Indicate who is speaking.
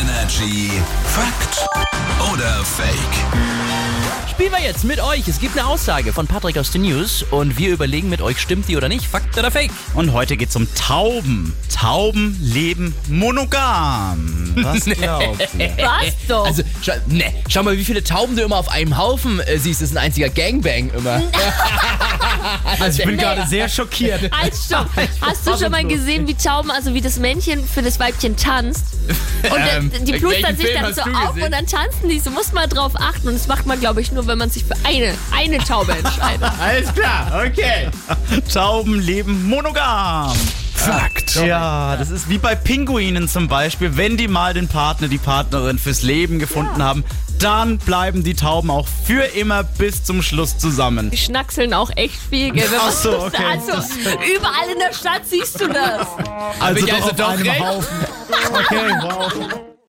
Speaker 1: Energy Fakt oder Fake?
Speaker 2: Spielen wir jetzt mit euch. Es gibt eine Aussage von Patrick aus den News und wir überlegen mit euch, stimmt die oder nicht? Fakt oder Fake?
Speaker 3: Und heute geht's um Tauben. Tauben leben monogam. Was glaubt ihr?
Speaker 4: Was doch?
Speaker 2: Also, schau, ne, schau mal, wie viele Tauben du immer auf einem Haufen äh, siehst. Das ist ein einziger Gangbang immer.
Speaker 3: Also ich bin gerade sehr schockiert.
Speaker 4: Halt, stopp. Hast du schon mal gesehen, wie Tauben, also wie das Männchen für das Weibchen tanzt? Und
Speaker 2: Ähm,
Speaker 4: dann, die plustern
Speaker 2: welchen
Speaker 4: sich
Speaker 2: Film
Speaker 4: dann
Speaker 2: hast
Speaker 4: so
Speaker 2: du
Speaker 4: auf
Speaker 2: gesehen?
Speaker 4: und dann tanzen die. So muss man drauf achten. Und das macht man, glaube ich, nur, wenn man sich für eine, eine Taube entscheidet.
Speaker 3: Alles klar, okay. Tauben leben monogam.
Speaker 1: Fakt.
Speaker 3: Ja, das ist wie bei Pinguinen zum Beispiel. Wenn die mal den Partner, die Partnerin fürs Leben gefunden haben, dann bleiben die Tauben auch für immer bis zum Schluss zusammen.
Speaker 4: Die schnackseln auch echt viel, gell? wenn
Speaker 3: Ach
Speaker 4: man
Speaker 3: so,
Speaker 4: das-
Speaker 3: okay.
Speaker 4: Also, überall in der Stadt siehst du das.
Speaker 3: Also
Speaker 2: ich also doch recht?
Speaker 3: Haufen. Okay, wow.